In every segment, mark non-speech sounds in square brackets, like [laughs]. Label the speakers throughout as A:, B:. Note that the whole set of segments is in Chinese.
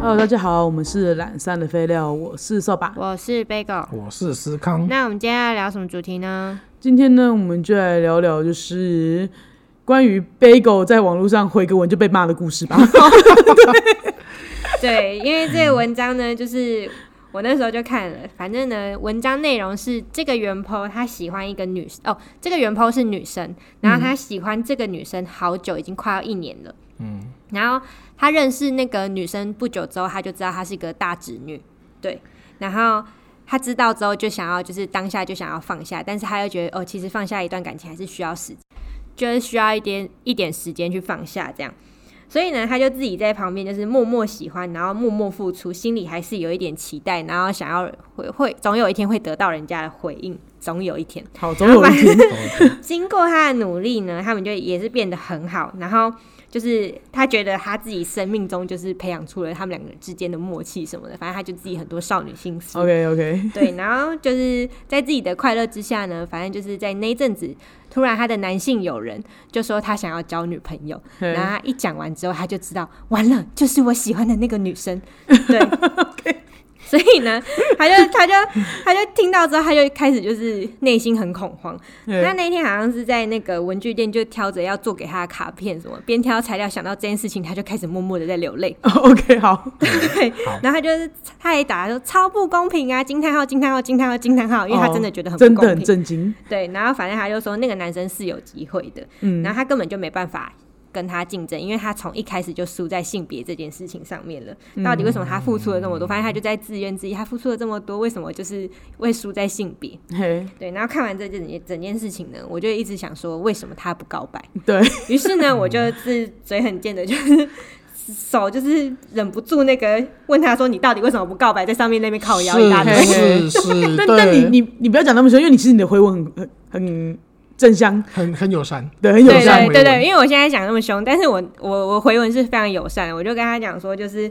A: Hello，大家好，我们是懒散的废料，我是扫把。
B: 我是 Bagel。
C: 我是思
B: [laughs]
C: 康，
B: 那我们今天要聊什么主题呢？
A: 今天呢，我们就来聊聊就是关于 Bagel 在网络上回个文就被骂的故事
B: [laughs]
A: 吧。
B: 对，因为这个文章呢，就是我那时候就看了，反正呢，文章内容是这个原 po 他喜欢一个女哦，这个原 po 是女生，然后他喜欢这个女生好久，已经快要一年了。嗯，然后他认识那个女生不久之后，他就知道她是一个大侄女，对，然后。他知道之后就想要，就是当下就想要放下，但是他又觉得哦，其实放下一段感情还是需要时就是需要一点一点时间去放下这样。所以呢，他就自己在旁边就是默默喜欢，然后默默付出，心里还是有一点期待，然后想要会会总有一天会得到人家的回应，总有一天。
A: 好，总有一
B: [laughs]
A: 天，
B: 经过他的努力呢，他们就也是变得很好。然后就是他觉得他自己生命中就是培养出了他们两个人之间的默契什么的，反正他就自己很多少女心思。
A: OK OK，
B: 对，然后就是在自己的快乐之下呢，反正就是在那一阵子，突然他的男性友人就说他想要交女朋友，然后他一讲完之后，他就知道完了，就是我喜欢的那个女
A: [laughs]
B: 生，对。所以呢，他就他就他就听到之后，他就开始就是内心很恐慌。那那一天好像是在那个文具店，就挑着要做给他的卡片什么，边挑材料想到这件事情，他就开始默默的在流泪。
A: [laughs] OK，好，
B: [laughs] 对，然后他就是他也打说超不公平啊！惊叹号惊叹号惊叹号惊叹号，因为他真的觉得很
A: 哦真
B: 不
A: 的
B: 公
A: 很
B: 平。
A: 震惊。
B: 对，然后反正他就说那个男生是有机会的，
A: 嗯
B: 然后他根本就没办法跟他竞争，因为他从一开始就输在性别这件事情上面了。到底为什么他付出了那
A: 嗯
B: 么多？反正他就在自怨自艾，他付出了这么多，为什么就是会输在性别？
A: 嘿，
B: 对，然后看完这整件整件事情呢，我就一直想说，为什么他不告白？ [laughs]
A: 对，
B: 于是呢，我就是嘴很贱的，就是手就是忍不住那个问他说：“你到底为什么不告白？”在上面那边靠腰一大堆。
A: 嘿
C: 是是是，
A: 但
C: 对，
A: 但你你你不要讲那么凶，因为你其实你的回文很很很正向，
C: 很很友善，
A: 对，很友
B: 对
A: 善
B: 对
C: 回
B: 对
C: 文
B: 对，因为我现在讲那么凶，但是我我我回文是非常友善的，我就跟他讲说，就是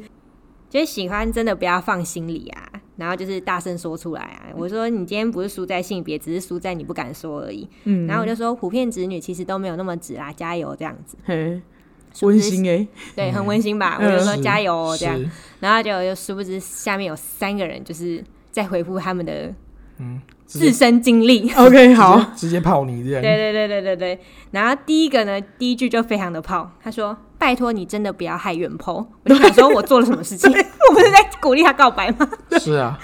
B: 就是喜欢真的不要放心里啊，然后就是大声说出来啊。
A: 嗯
B: 我说你今天不是输在性别，只是输在你不敢说而已。
A: 嗯
B: 然后我就说普遍直女其实都没有那么直啦，啊加油这样子，
A: 嘿，
B: 殊不知
A: 温馨嗯哎，
B: 对，很温馨吧？我就说
C: 是
B: 加油哦这样。
C: 是
B: 然后就就殊不知下面有三个人就是在回复他们的
C: 嗯，直接
B: 自身经历。
A: OK，好，
B: [laughs]
C: 直接直接泡你这
B: 对
C: 样，
B: 对对对对对。然后第一个呢，第一句就非常的泡，他说：“拜托你真的不要害原 po。”我就想说，我做了什么
C: [laughs]
B: 事情？我不是在鼓励他告白吗？
C: 是啊，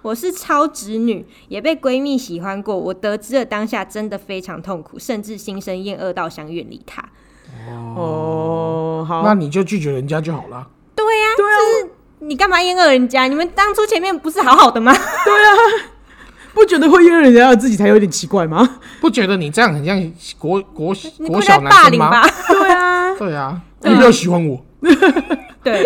B: 我是超直女，也被闺蜜喜欢过。我得知了当下真的非常痛苦，甚至心生厌恶到想远离他。
A: 哦，好，
C: 那你就拒绝人家就好了。
B: 对呀、
A: 对啊，
B: 你干嘛厌恶人家？你们当初前面不是好好的吗？
A: 不觉得会因为人家要自己才有点奇怪吗？
C: 不觉得你这样很像国国
B: 你
C: 国
B: 不是在
C: 小
B: 霸
C: 男
B: 凌吧
C: 生吗？？
A: 对啊，
C: 对啊，
B: 对
C: 你没有喜欢我，
B: 对，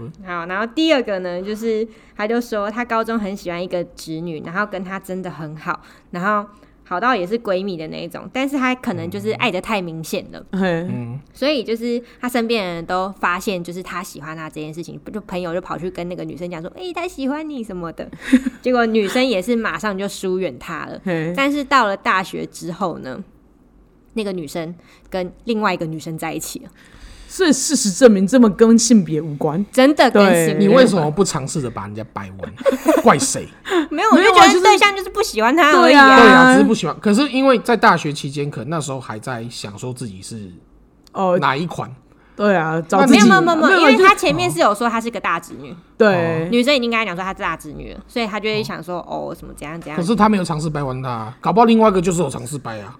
C: 嗯
B: 好，然后第二个呢，就是他就说他高中很喜欢一个侄女，然后跟她真的很好，然后好到也是闺蜜的那一种，但是他可能就是爱的太明显了，
A: 嘿，
C: 嗯，
B: 所以就是他身边的人都发现，就是他喜欢他这件事情，就朋友就跑去跟那个女生讲说，诶，他喜欢你什么
C: [laughs]
B: 的，结果女生也是马上就疏远他了。
A: 嘿，
B: 但是到了大学之后呢，那个女生跟另外一个女生在一起了，
A: 所以事实证明，这么跟性别无关。
B: 真的跟
A: 对
B: 性
C: 你
B: 别
C: 为什么不尝试着把人家掰
B: [laughs]
C: 弯？怪谁？
B: 没有，我
A: 没有
B: 就
A: 啊
B: 觉得
A: 就是
B: 对象就是不喜欢他而
A: 对
B: 已
A: 啊
C: 对
B: 啊。
C: 啊，只是不喜欢。可是因为在大学期间，可能那时候还在想说自己是
A: 哦，
C: 哪一款，
A: 对啊，找
C: 那
A: 自
B: 没
A: 己
B: 有没有没有，没有，因为
A: 就嗯
B: 他前面是有说她是个大侄女，
A: 对，
B: 女生已经跟他讲说她是大侄女了，所以他就会想说哦什么怎样怎样
C: 可。是他没有尝试掰弯他啊，搞不好另外一个就是有尝试掰啊。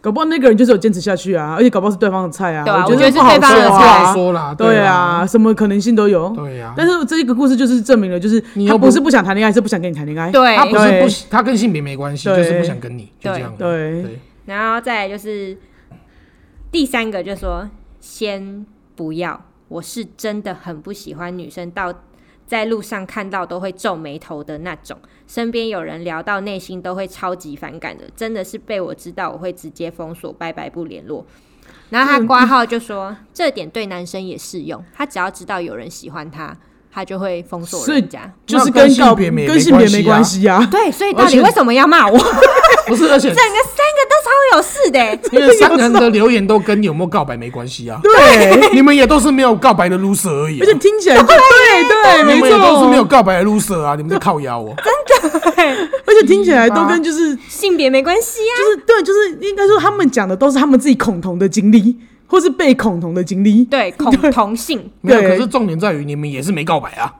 A: 搞不好那个人就是有坚持下去啊，而且搞不好是对方的菜啊，
B: 对啊
A: 我
B: 我觉得
A: 不好
B: 是对方的
A: 说
C: 不
A: 啊
C: 好说啦，
A: 对
C: 啊，
A: 啊，什么可能性都有。
C: 对啊。
A: 但是这个故事就是证明了，就是
C: 你
A: 他
C: 又
A: 不
C: 不
A: 是不想谈恋爱，是不想跟你谈恋爱。
B: 对
C: 他，不是
A: 对
C: 不喜，他跟性别没关系，
A: 对
C: 就是不想跟你，就这样。
A: 对
C: 对，
B: 然后再来就是第三个就说先不要，我是真的很不喜欢女生到。在路上看到都会皱眉头的那种，身边有人聊到内心都会超级反感的，真的是被我知道我会直接封锁，拜拜不联络。然后他挂号就说，这点对男生也适用，他只要知道有人喜欢他，他就会封锁
A: 所以
B: 人家。
A: 就是
C: 那跟
A: 跟告
C: 性别没
A: 跟性别没
C: 没
A: 关
C: 关
A: 系啊。
B: 对，所以到
C: 而
B: 底
C: 且
B: 为什么要骂我？ [laughs]
C: 不是，而且，
B: 整个三个都超有事的、欸
C: 因为三人的留言都跟有没有告白没关系啊。
A: 对，
C: 你们也都是没有告白的 loser 而已、啊
A: [laughs] 而且，听起来就对对，没
C: 你们也都是没有
A: 错，
C: 告白的 loser 啊，你们在靠腰
A: [laughs]
C: 哦、
A: 而且听起来都跟就是
B: 性别没关系啊。
A: 就是对，就是应该说他们讲的都是他们自己恐同的经历，或是被恐同的经历。 [laughs]
B: 对，恐同性。
C: 没有，
A: 对
C: 可是重点在于你们也是没告白啊。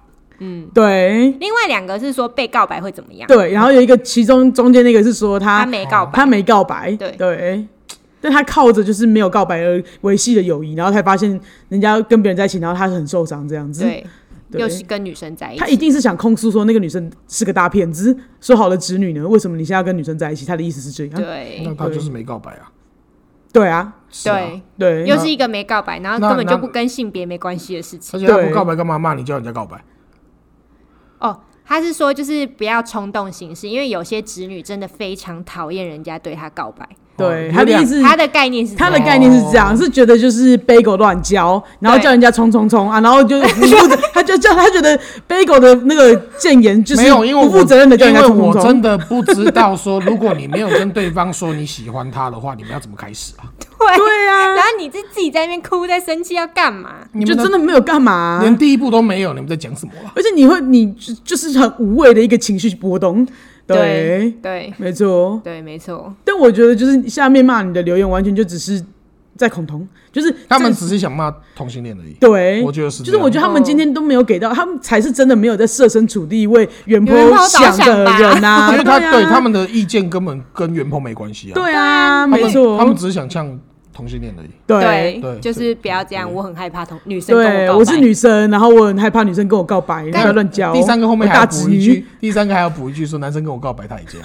A: 对
B: 另外两个是说被告白会怎么样？
A: 对，啊然后有一个其中中间那个是说
B: 他
A: 他
B: 没告白，
A: 他没告白，
B: 对
A: 但他靠着就是没有告白而维系的友谊，然后才发现人家跟别人在一起，然后他很受伤这样子。
B: 对，
A: 对
B: 又是跟女生在一
A: 他一
B: 起。
A: 定是想控诉说那个女生是个大骗子，说好了侄女呢，为什么你现在要跟女生在一起？他的意思是这样。
B: 对
C: 那他就是没告白啊。
A: 对啊，
C: 是啊
B: 对，
A: 对，
B: 又是一个没告白，然后
C: 那
B: 根本就
C: 那
B: 不跟性别没关系的事情。
C: 而且他
A: 对
C: 不告白干嘛骂你叫人家告白？
B: 哦，他是说就是不要冲动行事，因为有些直女真的非常讨厌人家对她告白。
A: 对
C: 哦
A: 他的意，思。
B: 她的概念是这
A: 他
B: 样
A: 的概念是这样，是觉得就是 bagel 乱教，然后
B: 对
A: 叫人家冲冲冲啊，然后就不 [laughs] 负责，他就叫他觉得 bagel 的那个谏言就是
C: 没有，因为
A: 不
C: 我
A: 负责任的叫人
C: 因
A: 家
C: 为
A: 冲冲
C: 我
A: 冲
C: 真。的不知道说，如果你没有跟对方说你喜欢他的话，你们要怎么开始啊？
B: [laughs] 对。
A: 对啊，
B: 然后你自自己在那边哭，在生气，要干嘛？
C: 你
A: 就
C: 们
A: 真的没有干嘛啊、
C: 连第一步都没有，你们在讲什么啊？
A: 而且你会，你就就是很无谓的一个情绪波动。对，
B: 对
A: 没错。
B: 对，没错。
A: 但我觉得就是下面骂你的留言，完全就只是在恐同，就是
C: 他们
A: 这
C: 只是想骂同性恋而已。
A: 对，
C: 我觉得是
A: 就
C: 这样，
A: 是我觉得他们今天都没有给到，他们才是真的没有在设身处地为原坡
B: 有人抛
A: 想
B: 想
A: 的
B: 吧
A: 人
C: [laughs]
A: 呐、啊，
C: 因为他
A: 对啊
C: 对他们的意见根本跟原碰没关系啊。
A: 对啊，
C: 他们，
A: 没
C: 他
A: 错，
C: 们只是想呛同性恋而已。
A: 对
C: 对
B: 就是不要这样，我很害怕同女生跟
A: 对，
B: 告白。
A: 我是女生，然后我很害怕女生跟我告白，不要乱教。
C: 第三个后面
A: 我
C: 还
A: 大
C: 要补
A: 侄
C: 一
A: 女
C: 句，，第三个还要补一句说男生跟我告白他也
A: [laughs]
C: 这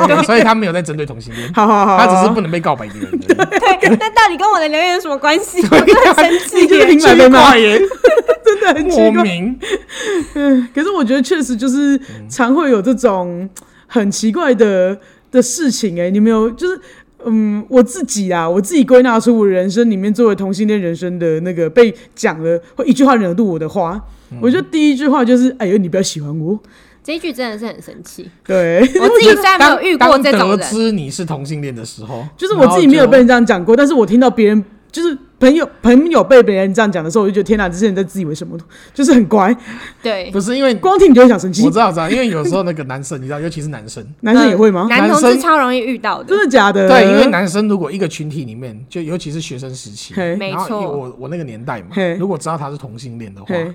C: 样，对，所以他没有在针对同性恋，
A: 好好好，
C: 他只是不能被告白的人而已。
B: 对，那到底跟我的留言有什么关系？
C: 啊
B: 我真的生
A: 你就
B: 气。
A: 听来被骂，
C: 耶，
A: 真的很奇
C: 莫
A: 怪。
C: 名。
A: 可是我觉得确实就是
C: 嗯
A: 常会有这种很奇怪的的事情哎、你没有就是。嗯，我自己啊，我自己归纳出我人生里面作为同性恋人生的那个被讲了会一句话惹怒我的话，
C: 嗯
A: 我觉得第一句话就是“哎呦，你不要喜欢我
B: 这一句真的是很生气。”，
A: 对，
C: [laughs]
A: [laughs]
B: 我自己虽然没有
C: 当
B: 遇过这种
C: 当得
B: 人，
C: 知你是同性恋的时候，
A: 就是我自己没有被
C: 然后
A: 人这样讲过，但是我听到别人就是朋友朋友被别人这样讲的时候，我就觉得天哪，这些人在自以为什么，就是很乖，
B: 对
C: 就不
A: [laughs]
C: 是因为
A: 光听你就会想生气
C: 我知，道，我知道，因为有时候那个男生，你知道，尤其是男生，
A: 男生也会吗？
B: 嗯男同
C: 男
B: 志
C: 生
B: 超容易遇到的
C: [laughs]
A: 真。的假的？
C: 对，因为男生如果一个群体里面，就尤其是学生时期，
A: 嘿
B: 没
C: 然后
B: 错
C: 因为我我那个年代嘛
A: 嘿，
C: 如果知道他是同性恋的话，
A: 嘿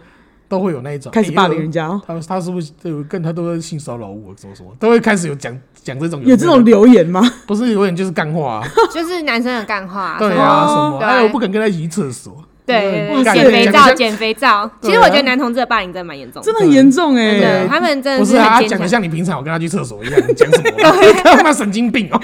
C: 都会有那一种
A: 开始
C: 哎
A: 霸
C: 又
A: 凌人家哦、
C: 他他是不是对跟他都会性骚扰我，什么什么，都会开始有讲讲这种
A: 有这种
C: 的
A: 留言吗？
C: 不是有点就是
B: [laughs]
C: 干话啊，
B: 就是男生的干话、
C: 对
A: 哦
C: 啊什么，
B: 对
C: 哎我不敢跟他一起去厕所，
B: 对
C: 哇
B: 对对，减肥
C: 塞讲
B: 皂，
C: 得
B: 减肥皂。其实
A: 对啊
B: 我觉得男同志的霸凌真的蛮严重的
A: 真，的很严重哎、
B: 真的，
A: 欸，
B: 他们真
C: 不
B: 的
C: 是啊他
B: 很
C: 讲
B: 坚
C: 的
B: 强。
C: 像你平常我跟他去厕所
B: [laughs]
C: 一样，你讲什么啊？他妈神
A: [laughs]
C: 经病哦！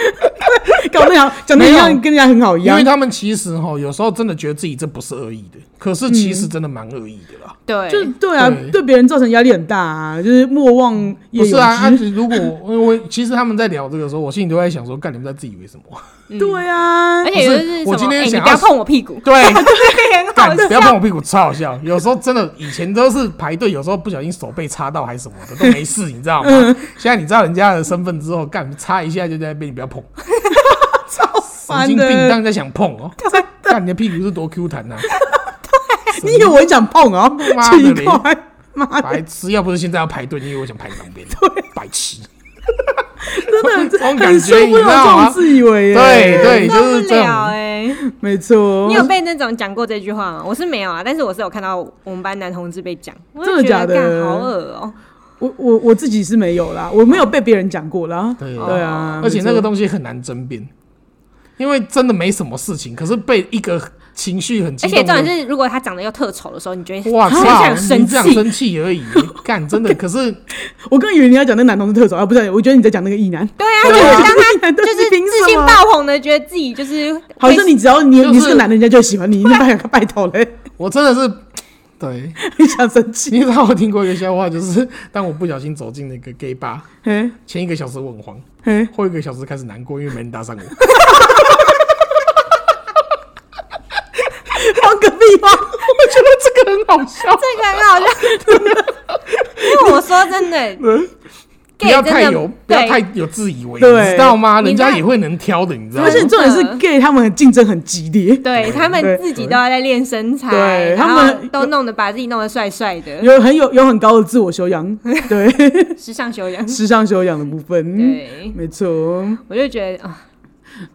A: 搞得好讲的一样
C: [laughs] 没有
A: 跟人家很好一
C: 因
A: 样
C: 为，他们其实哈，有时候真的觉得自己这不是恶意的，可是其
A: 嗯
C: 实真的蛮恶意的啦。
B: 对，
A: 就对啊，
C: 对
A: 对别人造成压力很大啊，就是莫忘也
C: 不是
A: 有
C: 啊，啊
A: 之，
C: 如果我 [laughs] 我其实他们在聊这个时候，我心里都在想说，干你们在自以为什么？
B: 嗯
A: 对啊
B: 而，且有就是什
C: 我
B: 么，
C: 今天
B: 哎你
C: 想
B: 不要
C: 要
B: 碰我屁股，
C: 对，
B: 对，很好
C: [laughs] 干不要
B: 笑。
C: 碰我屁股，超好笑。有时候真的以前都是排队，有时候不小心手被插到还是什么的都没事，你知道吗？现在你知道人家的身份之后，干插一下就在那边，你不要碰，
A: 超
C: 神
A: 烦
C: 经病，当
A: 的，
C: 然在想碰哦，干你的屁股是多 Q 弹呐、啊
A: 你以为我很想碰啊？
C: 妈的
A: 奇
C: 嘞
A: 怪，妈的，
C: 白痴！要不是现在要排队，你以为我想排旁边？白痴。
A: 真的
C: 这种
A: 很
C: 感
A: 受
C: 觉
A: 不
C: 你知
A: 了
C: 道
A: 这
C: 吗
A: 种自以为、欸，
C: 对对，
B: 受
C: 就是
B: 不
C: 这
B: 了
C: 种。
B: 哎、
A: 没错
B: 你，有被那种讲过这句话吗？我是没有啊，但是我是有看到我们班男同志被讲，我就
A: 真的
B: 觉
A: 假的
B: 得干好恶哦、
A: 我我我自己是没有啦，我没有被别人讲过啦，
C: 对哦
A: 对啊，
C: 而且那
A: 没
C: 个
A: 错
C: 东西很难争辩，因为真的没什么事情，可是被一个情绪很激
B: 而且
C: 动
B: 重
C: 的
B: 点是，如果他长得又特丑的时候，你觉得
C: 哇
B: 很
C: 操！
B: 想
C: 你
B: 生
C: 这样
B: 气。
C: 生气而已， [laughs] 干真的。可是
A: 我刚以为你要讲那个男同志特首啊，不是，我觉得你在讲那个异男，
B: 对啊，
A: 对
B: 就是
A: [laughs]
B: 当他
A: 他就
B: 就是
A: 凭
B: 自
A: 什
B: 信
A: 么？
B: 爆棚的，觉得自己就是
A: 好像你只要你、你
C: 就是
A: 个男的，人家就会喜欢你，那拜拜托嘞，
C: 我真的是，对，
A: [laughs]
C: [laughs]
A: 你想生气？
C: 你知道我听过一个笑话，就是 [laughs] 当我不小心走进那个 gay bar，
A: 嘿，
C: 前一个小时我很慌，
A: 嘿，
C: 后一个小时开始难过，因为没人搭讪我。
A: [laughs] 放个屁吗？
C: 我觉 [laughs] 得这个很好笑。
A: [laughs] 嗯
B: 这个很好笑，因为我说真的，
C: 不要
B: gay 真
C: 太
B: 的
C: 有不要
B: 对
C: 太有自以为，
A: 对
C: 你知道吗？
B: 你
C: 人家
B: 那
C: 也会能挑的，你知道
A: 而
C: 吗？
A: 且重点是
B: 真的
A: gay，他们很竞争很激烈，
B: 对他
A: 对
B: 们自己都要在练身材，
A: 对
B: 然
A: 他
B: 后
A: 们
B: 都弄得把自己弄得帅帅
C: 嗯
A: [laughs]
B: 的，
A: 有很有有很高的自我修养， [laughs] 对
B: 时尚
A: [laughs]
B: 修养。
A: 时尚修养的部分，
B: 对，
A: 没错。
B: 我就觉得啊，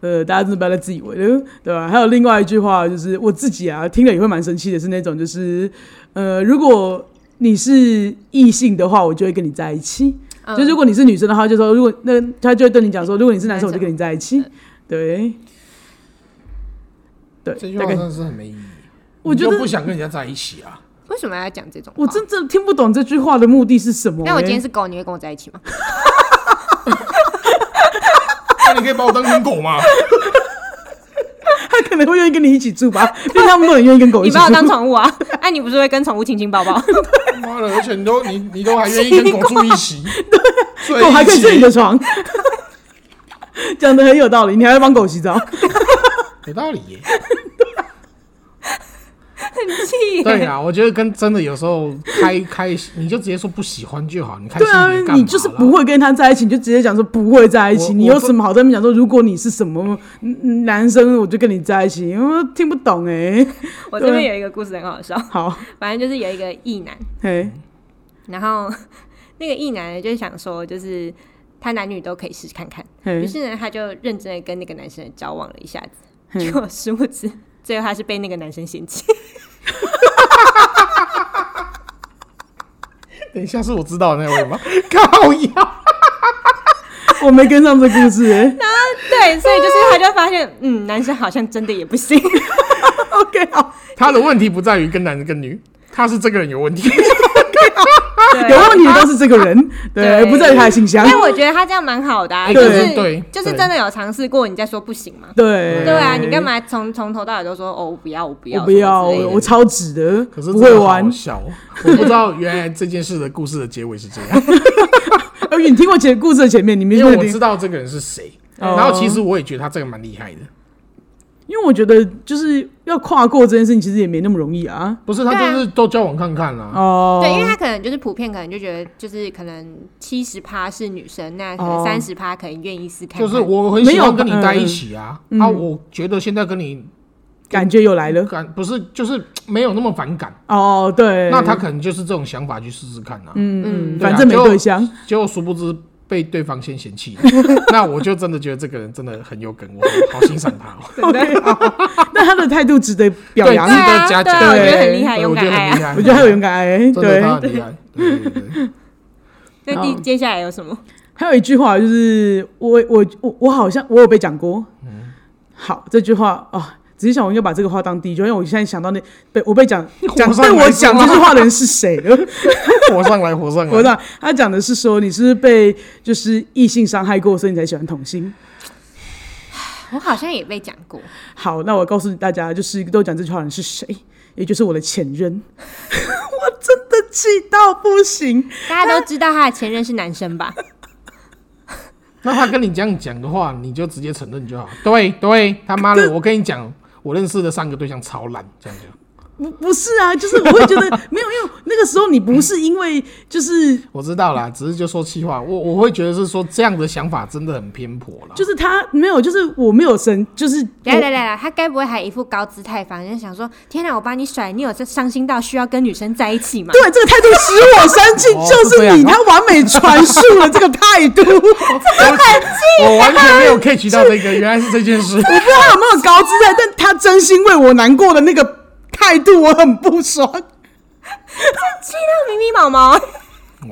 A: 呃，大家真的不要再自以为了，对吧？还有另外一句话，就是我自己啊，听了也会蛮生气的，是那种就是，呃，如果你是异性的话，我就会跟你在一起；
B: 嗯
A: 就如果你是女生的话，就说如果那他就会对你讲说，如果你是男生，我就跟你在一起。对，
C: 这
A: 对，
C: 句
A: 大
C: 话
A: 概
C: 真的是很没意义。
A: 我觉
C: 你
A: 得
C: 就不想跟人家在一起啊！ [laughs]
B: 为什么要讲这种话？
A: 我真正听不懂这句话的目的是什么、欸。
B: 但我今天是狗，你会跟我在一起吗？
C: 那你可以把我当成狗吗？ [laughs]
A: 他可能会愿意跟你一起住吧， [laughs] 因为他们都很愿意跟狗一
B: 你
A: 起
B: 把我
A: [laughs]
B: 当
A: 住。
B: 宠物啊？ [laughs] 哎、你不是会跟宠物亲亲抱 [laughs] 抱？
C: 妈的，而且你都你你都还愿意跟狗住一起，对
A: 狗还可以睡你的床， [laughs] 讲的很有道理。你还要帮狗洗
B: [laughs]
A: 澡，
C: 有道理耶。
B: 很气。
C: 对啊，我觉得跟真的有时候开开，你就直接说不喜欢就好，你开心
A: 对啊
C: 你干嘛，啦
A: 你就是不会跟他在一起，你就直接讲说不会在一起。
C: 我
A: 你有
C: 我这
A: 什么好在那边讲说，如果你是什么嗯男生，我就跟你在一起？我听不懂哎、
B: [laughs] 我这边有一个故事很好笑，
A: 好，
B: [laughs] 反正就是有一个异男，
A: 嘿，
B: 然后那个异男呢就想说，就是他男女都可以试试看看。于
A: 嘿，
B: 是呢，他就认真的跟那个男生交往了一下子，
A: 嗯
B: [laughs] 结果殊不知，最后他是被那个男生嫌
A: [laughs]
B: 弃。
C: 等一下是我知道的那位吗？ [laughs] 靠呀！
A: [laughs] 我没跟上这故事
B: [laughs]
A: 哎、
B: 对，所以就是他就发现，嗯，男生好像真的也
A: [laughs]
B: 不行。
A: OK，好，
C: 他的问题不在于跟男跟女，他是这个人有
A: [laughs]
C: 问题。
A: 有啊问题的
B: 对
A: 都是这个人，对，
B: 对
A: 不在于他的信箱
B: 但。我觉得他这样蛮好的、
A: 哎
B: 啊，
C: 对
B: 就是
C: 对
B: 就是
C: 对
B: 真的有尝试过，你再说不行嘛？
A: 对，
B: 对啊，你干？嘛从从头到尾都说哦，我不要，我不要，
A: 哎我不要，
B: 什么之类
A: 我
B: 的
A: 我超直的，
C: 可是
A: 不会
C: 真的
A: 玩
C: 好。笑哦，我不知道原来这件事的故事的结尾是
A: [laughs]
C: 这样，
A: 而哎且你听过前故事的前面，你没
C: 因
A: 有
C: 为我
A: 听
C: 知道这个人是谁。
A: 哦
C: 然后其实我也觉得他这个蛮厉害的，
A: 因为我觉得就是要跨过这件事情，其实也没那么容易啊。
C: 不是他
B: 对啊
C: 就是都交往看看啊啦、
A: 哦，
B: 对，因为他可能就是普遍可能就觉得，就是可能七十趴是女生，那可能
A: 哦
B: 三十趴可能愿意试看看。
C: 就是我很
A: 没
C: 喜
A: 有
C: 欢跟你
A: 嗯
C: 在一起啊，
A: 嗯
C: 啊，我觉得现在跟你
A: 感觉又来了。
C: 感不是就是没有那么反感，
A: 哦，对，
C: 那他可能就是这种想法去试试看啊，
A: 嗯嗯，
B: 嗯
A: 反正没对象，
C: 结果殊不知被对方先嫌
A: [laughs]
C: 弃了，那我就真的觉得这个人真的很有梗，我好欣赏他、
A: [laughs]
C: 哦，
B: 真的
A: 但他的态度值得表扬
B: 对，
C: 值
B: 啊
C: 得嘉
B: 对
C: 奖，
B: 啊
A: 我觉得
B: 很厉害
C: 对
B: 勇
C: 我觉
B: 敢
C: 得
B: 爱
C: 很
B: 啊
C: 厉害，
A: 哎我觉得他有勇敢哎。
C: 真的
A: 对
C: 他，很厉害，对对对对
B: [laughs] 那第接下来有什么？
A: 还有一句话就是我我我我好像我有被讲过，
C: 嗯
A: 好这句话啊。只是想我应该把这个话当第一句，因为我现在想到那被我被
C: [laughs]
A: 讲讲
C: 火上
A: 被我
C: 来
A: 讲
C: 是
A: 这
C: 吗
A: 句话的人是谁
C: [laughs]
A: 了？
C: 火上来，火上
A: 我知
C: 来，
A: 道他讲的是说你是不是被就是异性伤害过，所以你才喜欢同性。
B: 我好像也被讲过，
A: 好，那我告诉大家，就是都讲这句话的人是谁，也就是我的前任。 [laughs] 我真的气到不行，
B: 大家都知道他的前任是男生吧？
C: 那他跟你这样讲的话，你就直接承认就好。对对，他妈的，我跟你讲，我认识的三个对象超烂，这样就。
A: 不不是啊，就是我会觉得没有，因为那个时候你不是因为就是
C: 我知道
A: [laughs]
C: 啦，只是就说气话，我我会觉得是说这样的想法真的很偏颇
A: [laughs]
C: 啦。
A: 就是他没有，就是我没有神，就是
B: 来
A: 我
B: 来来来，他该不会还一副高姿态，反正想说：天哪，我把你甩，你有这伤心到需要跟女生在一起吗？
A: 对这个态度使我生气，
C: 哦
A: 就是
C: 这
A: 是
C: 样
A: 你，
C: 哦
A: 他完美传述了这个态度。
C: 我我完全没
A: [laughs]
C: 有 catch 到这个，原来是这件事。
A: 我不知道他有没有高姿态，但他真心为我难过的那个态度，我很不爽。
B: 气到咪咪毛毛，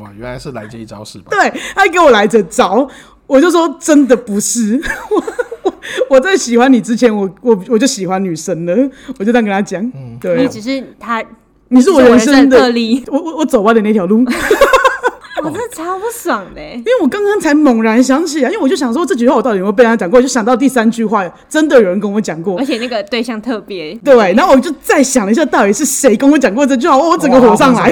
C: 哇，原来是来这一招是吧？
A: 对他给我来这招，我就说真的不是我。我我在喜欢你之前，我我我就喜欢女生了，我就这样跟他讲。
C: 嗯
A: 对，
B: 你
A: 你
B: 只是他，
A: 是我
B: 是我
A: 人
B: 人生
A: 生
B: 的
A: 的
B: 特例，
A: 我我我走歪的那条路，因
B: 我真的超不爽的欸。
A: 为我刚刚才猛然想起来，因为我就想说这句话我到底有没有被他讲过，我就想到第三句话，真的有人跟我讲过
B: 而。且那个对象特别，
A: 对，然后我就再想了一下，到底是谁跟我讲 [laughs] 过这句话，我整个
C: 哇
A: 火上来。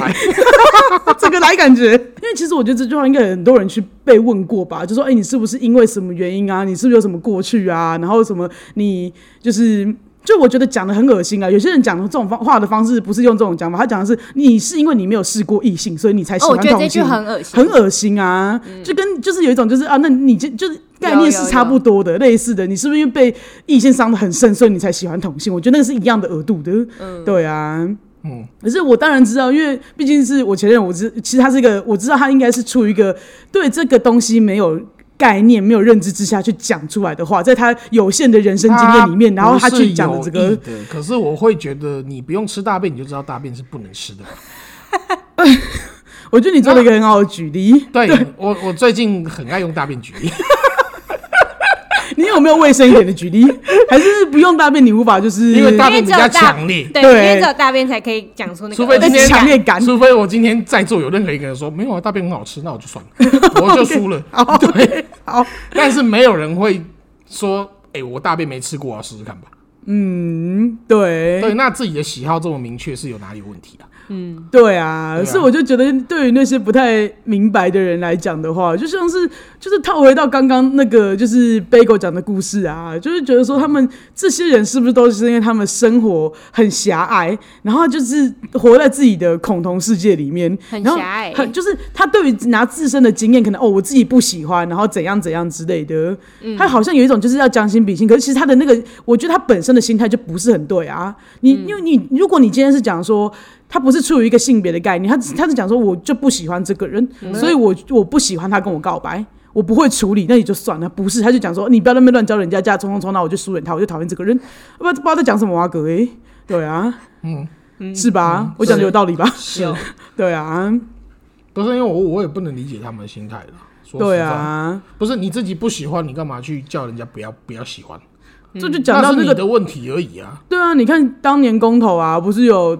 A: [laughs]
C: 火
A: 整个来感觉。因为其实我觉得这句话应该很多人去被问过吧，就说：“哎、你是不是因为什么原因啊？你是不是有什么过去啊？然后什么你就是。”就我觉得讲的很恶心啊。有些人讲的这种方话的方式，不是用这种讲法，他讲的是你是因为你没有试过异性，所以你才喜
B: 哦，我
A: 欢
B: 觉得
A: 同
B: 这句
A: 性，
B: 很恶心，
A: 很恶心啊。就跟就是有一种就是啊，那你就就是概
B: 有
A: 念
B: 有
A: 是差不多的，类似的，你是不是因为被异性伤的很深，所以你才喜欢同性？我觉得那个是一样的额度的，对啊。
C: 嗯，
A: 可是我当然知道，因为毕竟是我前任，我知其实他是一个，我知道他应该是处于一个对这个东西没有概念、没有认知之下去讲出来的话，在他有限的人生经验里面，然后他去讲的这
C: 啊不是有
A: 个
C: 意，的，可是我会觉得你不用吃大便，你就知道大便是不能吃的。
A: 我觉得你做了一个很好的举例。
C: 对我，我最近很爱用大便举
A: [laughs]
C: 例，
A: 你有没有卫生一点的举例？还是不用大便你无法就是
C: 因为大
B: 因为
C: 便
B: 只
C: 比
B: 有
C: 较
B: 大
C: 强烈。
B: 对，因
A: 对
B: 为只有大便才可以讲出那个
C: 除非今天
A: 强烈感
C: 除非我今天在座有任何一个人说没有啊，大便很好吃，那我就算了， [laughs] 我就
A: [laughs]
C: 输了。
A: 哦
C: 对，
A: 好，
C: 但是没有人会说，哎、我大便没吃过，我要啊试试看吧。
A: 嗯， [laughs] 对
C: 对，那自己的喜好这么明确，是有哪里有问题啊？
A: 对啊，
C: 对啊
A: 所以我就觉得，对于那些不太明白的人来讲的话，就像是就是套回到刚刚那个就是 Bagel 讲的故事啊，就是觉得说他们这些人是不是都是因为他们生活很狭隘，然后就是活在自己的恐同世界里面，
B: 很
A: 然后
B: 狭隘
A: 很就是他对于拿自身的经验，可能哦我自己不喜欢，然后怎样怎样之类的，
B: 嗯
A: 他好像有一种就是要将心比心，可是其实他的那个，我觉得他本身的心态就不是很对啊。你、
B: 嗯
A: 因为你如果你今天是讲说他不是出于一个性别的概念，他只他是讲说我就不喜欢这个人，
B: 嗯
A: 所以我我不喜欢他跟我告白。我不会处理，那也就算了。不是，他就讲说你不要在那边乱教人家，这样冲冲冲，那我就疏远他，我就讨厌这个
B: 嗯
A: 人。不知道不知道在讲什么啊，各位。对啊，嗯，是吧？我讲的有道理 [laughs] 吧？
C: 是，
A: 对啊，
C: 不是因为我我也不能理解他们的心态了。说实
A: 对
C: 在，
A: 啊，
C: 不是你自己不喜欢，你干嘛去叫人家不要不要喜欢？
A: 这就讲
C: 那
A: 到
C: 是
A: 那
C: 你
A: 个
C: 的问题而已啊。
A: 对啊，你看当年公投啊，不是有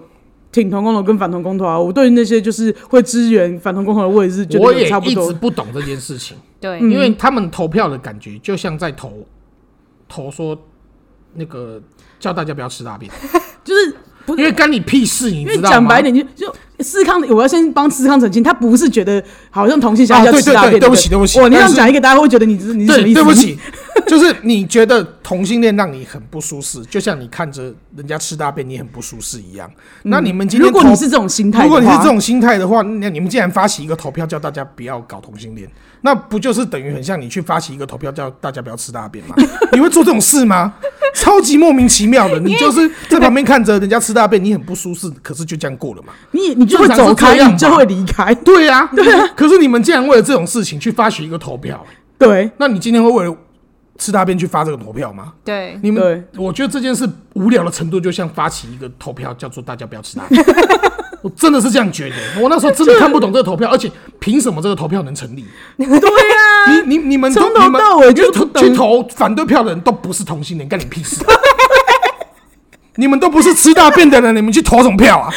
A: 挺同公投跟反同公投啊？我对那些就是会支援反同公投的，我也是觉
C: 我
A: 得
C: 也
A: 有差不
C: 一直
A: 多。嗯
C: 不懂这件事情，
B: 对，
C: 因为他们投票的感觉就像在投投说那个叫大家不要吃大便，
A: 就是不
C: 因为干你屁事，你
A: 因为
C: 知道吗？
A: 讲白一点，就就思康，我要先帮思康澄清，他不是觉得好像同性相
C: 啊
A: 要
C: 对
A: 吃大
C: 对对
A: 便。
C: 对不起对不起
A: 我你这样
C: 但是
A: 讲一个，大家会觉得你是你是什么
C: 对，
A: 意思？
C: 对不，起， [laughs] 就是你觉得同性恋让你很不舒适，就像你看着人家吃大便你很不舒适一样。那你们今
A: 嗯
C: 天
A: 如果
C: 投
A: 你是这种心态，
C: 如果你是这，种心态的话，那你们既然发起一个投票叫大家不要搞同性恋，那不就是等于很像你去发起一个投票叫大家不要吃大便 [laughs] 吗？你会做这种事吗？超级莫名其妙的， [laughs] 你就是在旁边看着人家吃大便，你很不舒适，可是就这样过了嘛。
A: 你你就会
C: 正常
A: 走
C: 是这样
A: 开，
C: 吧
A: 你就会离开。
C: 对啊呀、对呀、 [laughs] 可是你们竟然为了这种事情去发起一个投票，
A: 对
C: 那你今天会为了吃大便去发这个投票吗？
B: 对，
C: 你们，
A: 对
C: 我觉得这件事无聊的程度，就像发起一个投票，叫做大家不要
A: [laughs]
C: 吃大便。我真的是这样觉得，我那时候真的看不懂这个投票，而且凭什么这个投票能成立？
A: 对啊，
C: 你你你们都
A: 从头
C: 你们
A: 到尾
C: 因为
A: 就
C: 投
A: 不懂
C: 去投反对票的人都不是同性恋，干你屁事！你们都不是吃大便的人，你们去投什么票啊？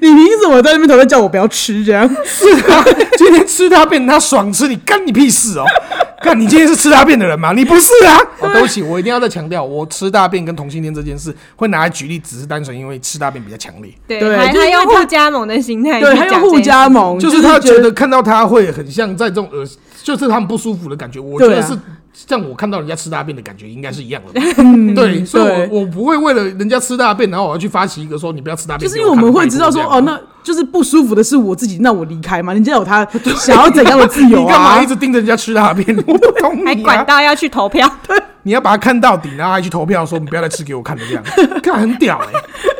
A: 你凭什么在那边头在叫我不要吃这样？
C: 是啊，今天吃大便他爽吃，你干你屁事哦！ [laughs] 看你今天是吃大便的人吗？你不是啊！哦、对不起，我一定要再强调，我吃大便跟同性恋这件事会拿来举例，只是单纯因为吃大便比较强烈，
A: 对
B: 对，还
A: 就是因为
B: 还用
A: 他
B: 互加盟的心态去
A: [laughs] 对，
B: 讲这
A: 还
B: 件事情，
A: 有互加盟，
C: 就是他
A: 觉
C: 觉得看到他会很像在这种恶，就是他们不舒服的感觉。我觉
A: 对啊
C: 得是像我看到人家吃大便的感觉应该是一样的 [laughs] 吧。嗯对，所以
A: 对
C: 我我不会为了人家吃大便，然后我要去发起一个说你不要吃大便，
A: 就是因为我们会知道说，
C: 给我
A: 哦，
C: 看
A: 那就是不舒服的是我自己，那我离开嘛。人家有
C: [laughs]
A: 他想要怎样的自由
C: 你干嘛
A: 啊
C: 一？直盯着人家吃大便？我不懂你、啊，
B: 还管到要去投票，
C: 你要把它看到底，然后还去投票说你不要再吃给我看的这样，
A: [laughs]
C: 看很屌哎、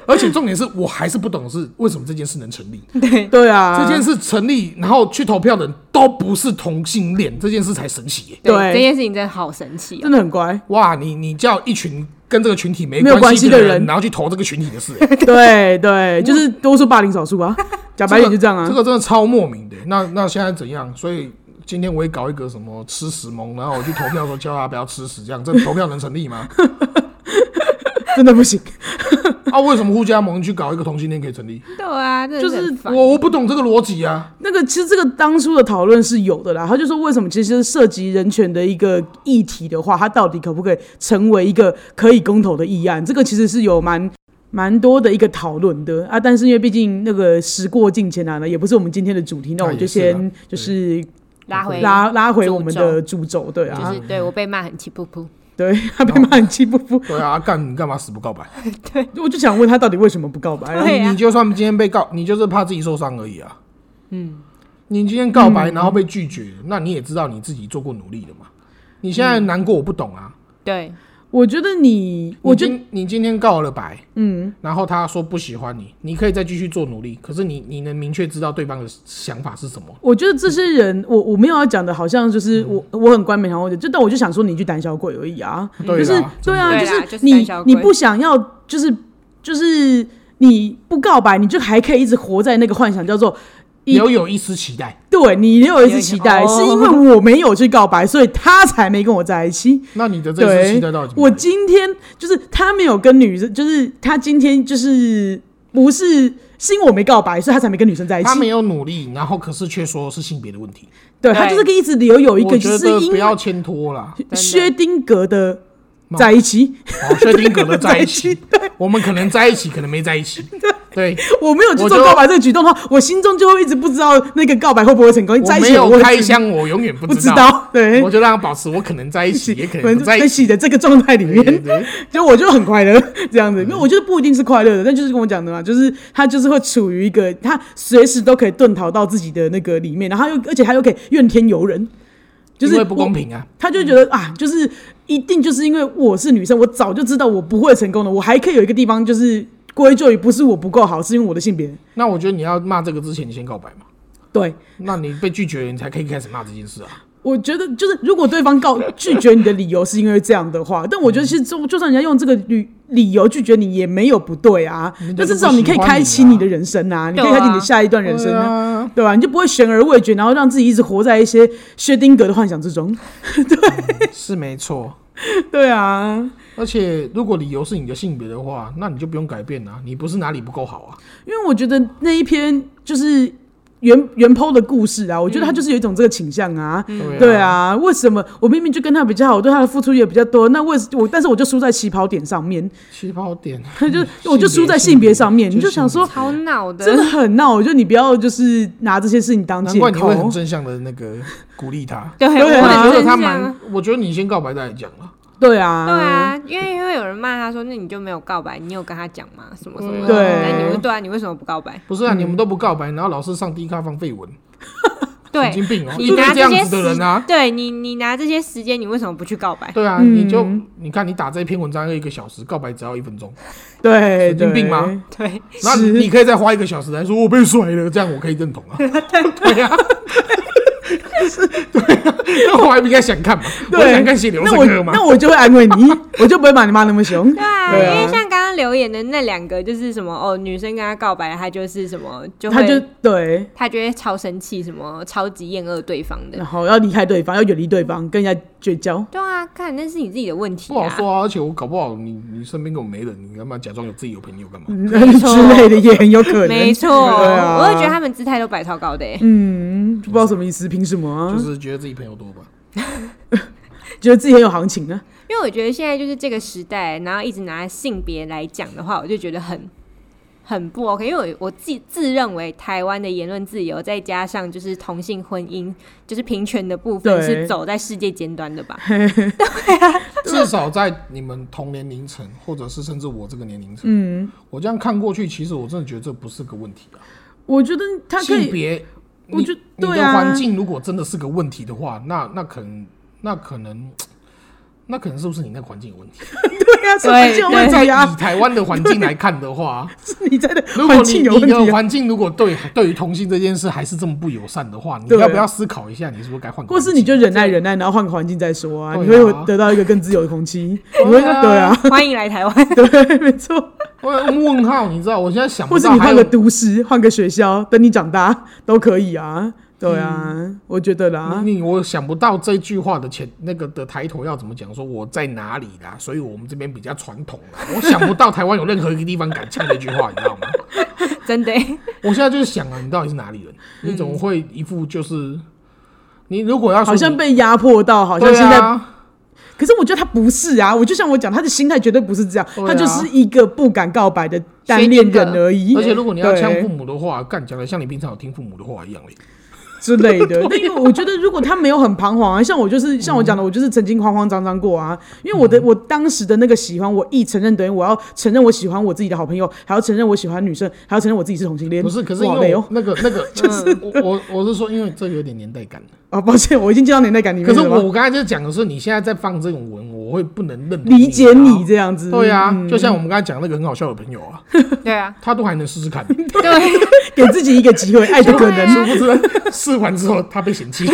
C: 而且重点是我还是不懂是为什么这件事能成立，
B: 对，
A: 对啊，
C: 这件事成立，然后去投票的人都不是同性恋，这件事才神奇耶、
A: 对
B: 这件事情真的好神奇哦
A: 真。的很
C: [laughs]
A: 乖。
C: 哇，你你叫一群跟这个群体没
A: 没有关系
C: 系
A: 的
C: 人，
A: 人啊
C: 然后去投这个群体的事、
A: 对对，就是多数霸凌少数啊，讲白一点就这样啊。
C: 这个真的超莫名的、那那现在怎样？所以今天我也搞一个什么吃屎盟，然后我去投票说叫他不要吃屎，这样这投票能成
A: [laughs]
C: 立吗？
A: 真的不行，
C: 啊，为什么互加盟去搞一个同性恋可以成立？
B: 对啊，真的
A: 就是
B: 很烦
C: 我我不懂这个逻辑啊。
A: 那个其实这个当初的讨论是有的啦，他就说为什么其实涉及人权的一个议题的话，它到底可不可以成为一个可以公投的议案？这个其实是有蛮。蛮多的一个讨论的啊，但是因为毕竟那个时过境迁啊，那也不是我们今天的主题，那我们就
C: 那也是啊
A: 先就是
B: 拉回
A: 拉拉回我们的主轴，对
B: 就
A: 啊
B: 是，对我被骂很气噗噗，
A: 对 [laughs] 他被骂很气不服，
C: [laughs] 对啊，干你干嘛死不
A: [laughs]
C: 告白？
A: 我就想问他到底为什么不告白、啊？
B: [laughs] 对啊
C: 你就算今天被告，你就是怕自己受伤而已啊。嗯，你今天告白然后被拒绝，那你也知道你自己做过努力了嘛？你现在难过，我不懂啊。
B: 对，
A: 我觉得你，嗯我觉
C: 你
A: 得
C: 今你今天告了白，
A: 嗯，
C: 然后他说不喜欢你，你可以再继续做努力，可是你你能明确知道对方的想法是什么？
A: 我觉得这些人，我我没有要讲的，好像就是
C: 嗯
A: 我、我很冠冕堂皇的，就但我就想说你一句胆小鬼而已啊，
C: 对
A: 就是
C: 啦
A: 对啊，就
B: 真的对啦
A: 是
B: 就是
A: 你
B: 胆小鬼
A: 你不想要，就是就是你不告白，你就还可以一直活在那个幻想，叫做
C: 你要有一丝期待。
A: 对你留有一次期待，
B: 有一
A: 是
B: 个
A: 因为我没有去告白，所以他才没跟我在一起。
C: 那你的这一丝
A: 对
C: 期待到底，怎么
A: 我
C: 来的？
A: 今天就是他没有跟女生，就是他今天就是不是是因为我没告白，所以他才没跟女生在一
C: 他没
A: 起。
C: 有努力，然后可是却说是性别的问题，
A: 对他就是一直留有一
C: 我
A: 个，
C: 觉
A: 就是
C: 得
A: 因
C: 不
A: 为
C: 要牵拖啦。
B: 的
A: 薛丁格的在一起，
C: 哦，薛定谔的在一起，我们可能在一起，可能没在一
A: [laughs]
C: 起。对，
A: [laughs] 我没有去
C: 我
A: 做
C: 就
A: 告白这个举动的话，我心中就会一直不知道那个告白会不会成功。在
C: 我
A: 一
C: 没
A: 起
C: 有
A: 会嗯
C: 开箱，我永远不
A: 不知
C: 道，
A: 道，对，
C: 我就让他保持我可能在一
A: [laughs]
C: 起，也可能不在
A: 在
C: 一
A: 一
C: 起。
A: 起的这个状态里面
C: 对。嗯对
A: 就我就很快乐这样子，因为我觉得不一定是快乐的，但就是跟我讲的嘛，就是他就是会处于一个他随时都可以遁逃到自己的那个里面，然后又而且他又可以怨天尤人，就
C: 因
A: 是
C: 为不公，平啊！
A: 他就觉得啊，就是一定就是因为我是女生，我早就知道我不会成功的，我还可以有一个地方就是归咎于不是我不够好，是因为我的性别，
C: 那我觉得你要骂这个之前，你先告白嘛。
A: 对。
C: 那你被拒绝了，你才可以开始骂这件事啊。
A: 我觉得就是，如果对方告拒绝你的理由是因为这样的话，但我觉得其实就就算人家用这个理理由拒绝你也没有不对啊
C: 人，家
A: 但
C: 就是不
A: 至少你可以
C: 喜欢
A: 开
C: 你
A: 启
C: 啊
A: 你的人生啊，你可以
B: 对
A: 开
B: 啊
A: 启你的下一段人生
C: 对
A: 啊，
C: 啊，
A: 对吧、你就不会悬而未决，然后让自己一直活在一些薛丁格的幻想之中。
C: 是没错。
A: [laughs] 对啊，
C: 而且如果理由是你的性别的话，那你就不用改变啊。你不是哪里不够好啊？
A: 因为我觉得那一篇就是原原 PO 的故事啊，我觉得他就是有一种这个倾向啊，
C: 对啊，
A: 对啊，为什么我明明就跟他比较好，我对他的付出也比较多，那为什我但是我就输在起跑点上面，
C: 起跑点，
A: 他就 [laughs] 我就输在性别上面，你就想说
B: 超闹哦的，
A: 真的很闹，我觉得你不要就是拿这些事情当
C: 难
A: 借
C: 怪你会很
A: 口。
C: 正向的那个鼓励他。
B: 对，我
A: 对
B: 也
A: 啊
C: [laughs] 我
B: 是
C: 觉得
B: 这
C: 他
B: 样
C: 蛮，我觉得你先告白再来讲啊。
A: 对啊，
B: 对，啊，因为因为有人骂他说，那你就没有告白，你有跟他讲吗？什么什么的？
A: 对
B: 那你就对啊，你为什么不告白？
C: 不是啊，你们都不告白，然后老是上低咖放绯闻，神
B: 对
C: 经病哦，
B: 你
C: 一堆
B: 拿
C: 这样
B: 这些
C: 子的人啊。
B: 对，你你拿这些时间，你为什么不去告白？
C: 对啊，
A: 嗯
C: 你就你看，你打这篇文章要一个小时，告白只要一分钟，
A: 对，
C: 神经病吗
A: [laughs] 对？
B: 对，
C: 那
A: 是
C: 你可以再花一个小时来说我被甩了，这样我可以认同啊。对呀，对啊，那我还不应该想看嘛？
A: 对
C: 我想看血流
A: 那
C: 成
A: 我
C: 河嘛。
A: 那我就会安慰你， [laughs] 我就不会把你骂那么凶。
B: 对啊，
A: 对啊
B: 因为像刚刚留言的那两个，就是什么哦，女生跟他告白，他就是什么，就
A: 他就
B: 会
A: 对，
B: 他就会超生气，什么超级厌恶对方的
A: 然。后要离开对方，要远离对方，跟人家绝交。
B: 对啊，看那是你自己的问题
C: 不好
B: 啊。
C: 说啊，而且我搞不好你你身边根本没人，你干嘛假装有自己有朋友干嘛？
A: 嗯之类的也很有可能，
B: 没错，
A: 对啊，
B: 我也觉得他们姿态都摆超高的欸、
A: 嗯，不知道什么意思，凭什么啊？
C: 就是觉得自己朋友多吧。
A: 觉得自己很有行情啊，
B: 因为我觉得现在就是这个时代，然后一直拿性别来讲的话，我就觉得很很不 OK。因为我我自己自认为台湾的言论自由，再加上就是同性婚姻，就是平权的部分
A: 对
B: 是走在世界尖端的吧？
C: [laughs] 至少在你们同年龄层，或者是甚至我这个年龄层，
A: 嗯，
C: 我这样看过去，其实我真的觉得这不是个问题啊。
A: 我觉得他可
C: 性
A: 以，
C: 别，
A: 我
C: 你
A: 觉得
C: 你
A: 对
C: 的
A: 啊
C: 环境如果真的是个问题的话，那那可能那可能那可能是不是你那个环境有
A: [laughs]
C: 问题？
A: 对啊，什么
B: 对
A: 叫
C: 因为
A: 问
C: 在
A: 题啊
C: 以？台湾的环境来看
A: [laughs]
C: 的话，
A: 是你在的
C: 如果
A: 环
C: 你
A: 境有
C: 你
A: 问
C: 的
A: 题、啊，
C: 环境如果对对于同性这件事还是这么不友善的话，你
A: 对啊
C: 要不要思考一下，你是不是该换个
A: 或
C: 环境？
A: 是你就忍耐忍耐，然后换个环境再说啊，
C: 对啊
A: 你会得到一个更自由的空气。你会
C: 对啊
A: 对啊，
B: 欢迎来台湾，
A: 对，没错。
C: 我问号，你知道我现在想
A: 或
C: 不
A: 是
C: 到
A: 你
C: 还
A: 换
C: 有
A: 个都市，换个学校，等你长大都可以啊。对啊，我觉得啦，
C: 嗯你你我想不到这句话的前那个的抬头要怎么讲，说我在哪里啦，所以我们这边比较传统啦。我想不到台湾有任何一个地方敢呛这句话，你知道吗？
B: 真的、欸。
C: 我现在就是想啊，你到底是哪里人？你怎么会一副就是你如果要
A: 嗯
C: 说
A: 好像
C: 你
A: 被压迫到，好像
C: 对
A: 现在。
C: 啊，
A: 可是我觉得他不是啊，我就像我讲，他的心态绝对不是这样，
C: 对啊
A: 他就是一个不敢告白的单恋人而已。
C: 而且如果你要
A: 对哎
C: 呛父母的话，干讲的像你平常有听父母的话一样嘞。
A: 之类
C: [laughs]
A: 的。但因为我觉得，如果他没有很彷徨啊，像我
C: 嗯
A: 就是像我讲的，我就是曾经慌慌张张过啊。因为我的我当时的那个喜欢，我一承认等于我要承认我喜欢我自己的好朋友，还要承认我喜欢女生，还要承认我自己是同性恋。
C: 不是，可是因
A: 哇
C: 为
A: 累哦
C: 我那个那
A: [laughs]
C: 个，就是我我我是说，因为这有点年代感。
A: 啊，抱歉，我已经进到年代感里面
C: 可
A: 了
C: 是
A: 吗。
C: 我我刚才就讲的是，你现在在放这种文，我会不能认啊
A: 理解你这
C: 这。
A: 样子，
C: 对呀、
A: 嗯
C: 就像我们刚才讲那个很好笑的朋友
A: [laughs]
C: 啊，
B: 对啊，
C: 他都还能试试看，
A: 啊
B: 对，
A: 给自己一个机会，爱的可能。
C: 殊不知试完之后他被嫌弃。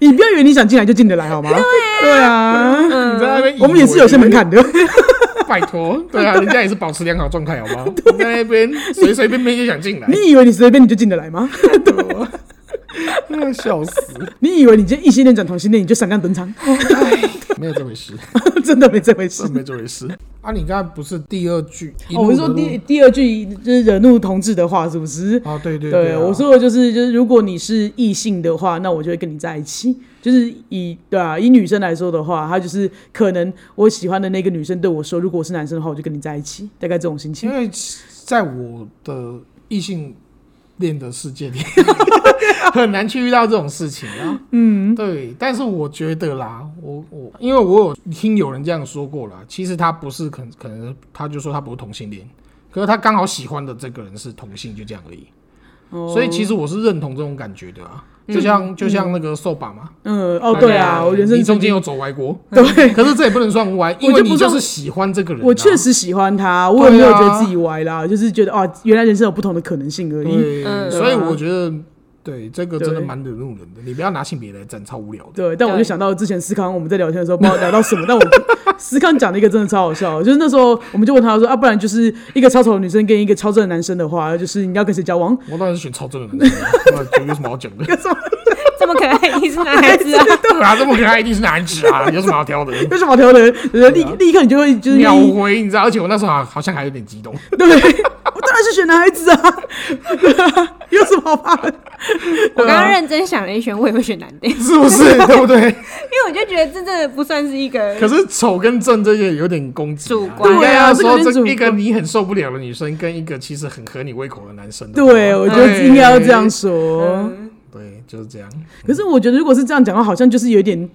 A: 你不要以为你想进来就进得来，好吗？对啊，
C: 你在那哎边以为，
A: 我们也是有些门槛的。
C: 拜托，对啊，人家也是保持良好状态，好吗？你在那边随随便便就想进来，
A: [laughs] 啊你以为你随便你就进得来吗？ [laughs] 哎
C: 啊笑死，
A: 你以为你今天异性恋转同性恋你就闪亮登场？
C: [laughs] 没有这回事，
A: [laughs] 真的没这回事。
C: 没这回事。啊，你刚才不是第二句？一
A: 哦，
C: 路
A: 我是说
C: 的路
A: 第第二句就是惹怒同志的话，是不是？
C: 哦，对对
A: 对，
C: 啊
A: 我说的就是就是，如果你是异性的话，那我就会跟你在一起。就是以对啊，以女生来说的话，她就是可能我喜欢的那个女生对我说，如果我是男生的话，我就跟你在一起，大概这种心情
C: 因。为在我的异性恋的世界里，很难去遇到这种事情啊。嗯，对。但是我觉得啦，我我因为我有听有人这样说过啦，其实他不是可可能他就说他不是同性恋，可是他刚好喜欢的这个人是同性，就这样而已。
A: 哦
C: 所以其实我是认同这种感觉的啊，就像就像那个扫把嘛，
A: 嗯，哦，对啊，我人生
C: 你
A: 曾
C: 中间
A: 经
C: 有走歪过，
A: 对，
C: 可是这也不能算歪，因
A: 我
C: 为
A: 就
C: 你
A: 不
C: 就是是喜欢这个人啊，
A: 我确实喜欢他，我也没有
C: 对啊
A: 觉得自己歪啦，就是觉得哦，原来人生有不同的可能性而已。
C: 对，
B: 嗯
C: 所
A: 对
C: 以
A: 啊
C: 我觉得对这个真的
A: 对
C: 蛮惹怒人的。你不要拿性别来战，超无聊的。
A: 对，但我就
B: 对
A: 想到之前思康我们在聊天的时候，
C: [laughs]
A: 不知道聊到什么，但我思康讲了一个真的超好笑的，就是那时候我们就问他说啊，不然就是一个超丑的女生跟一个超正的男生的话，就是你要跟谁交往？ [laughs]
C: 我当然是选超正的男生啊，那觉得有什么好讲的？
B: 这么可爱，你是男孩 [laughs] 子啊？
C: 对啊，这么可爱一定是男子啊，有什么好 [laughs] 挑的？
A: 有什么好挑的？人
C: 啊
A: 立立刻你就会就是
C: 秒
A: 愿意
C: 回，你知道？而且我那时候好好像还有点激动，
A: [laughs] 对， [laughs] 我当然是选男孩子啊， [laughs] 对啊有什么好怕的？
B: 我刚刚认真想了一圈，我也会选男的，因
C: 是不是？对不对？
B: 为我就觉得这真的不算是一个
C: 可是丑跟正这些有点攻击啊。
B: 主观
C: 应该
A: 对啊
C: 要
A: 这个有
C: 说
A: 点主
C: 这一个
A: 观
C: 你很受不了的女生，跟一个其实很合你胃口的男生的话。
A: 对，我觉得应该要这样说。
B: 嗯
C: 哦对，就是这样。
A: 可是我觉得，如果是这样讲的话，好像就是有点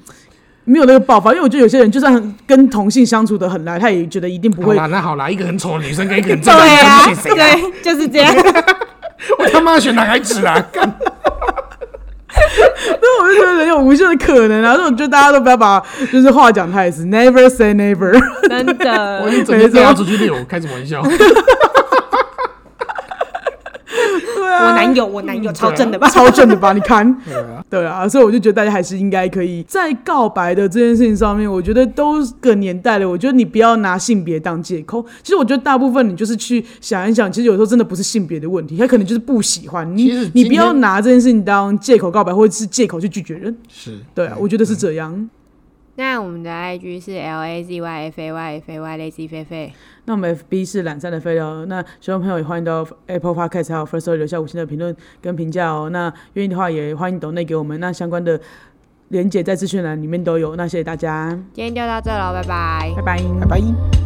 A: 没有那个爆发，因为我觉得有些人就算很跟同性相处的很来，他也觉得一定不
C: 好
A: 会。
C: 啦，那好啦，一个很丑的女生跟一个很正的
B: 对
C: 女生，
B: 啊
C: 你选，谁啊？
B: 对，就是这
C: [laughs]
B: 样。
C: 我他妈选男孩子啊！干
A: 那我就觉得人有无限的可能啊！所以我觉得大家都不要把就是话讲太死，never say never。 [laughs]
B: 真的，
C: 我一整天都要出去遛，开什么玩笑？
A: 对
B: 我
A: 啊，
B: 男友，我男友
C: 嗯
B: 超正
C: 啊
B: 的吧？
A: 超正的吧？你看。
C: 对啊，
A: 对啊，所以我就觉得大家还是应该可以在告白的这件事情上面，我觉得都是个年代了，我觉得你不要拿性别当借口。其实我觉得大部分你就是去想一想，其实有时候真的不是性别的问题，他可能就是不喜欢
C: 其实
A: 你，
C: 今
A: 你
C: 天
A: 不要拿这件事情当借口告白，或者是借口去拒绝人。
C: 是，
A: 对啊，我觉得是这样。
B: 那我们的 IG 是 L A Z Y F A Y F A Y Lazy 菲菲，
A: 那我们 FB 是懒散的废料哦，那喜欢的朋友也欢迎到 Apple Podcast 还有 First Story 留下五星的评论跟评价哦。那愿意的话也欢迎抖内给我们，那相关的连接在资讯栏里面都有。那谢谢大家，
B: 今天就到这喽，拜拜
A: 拜。拜，
C: 拜拜。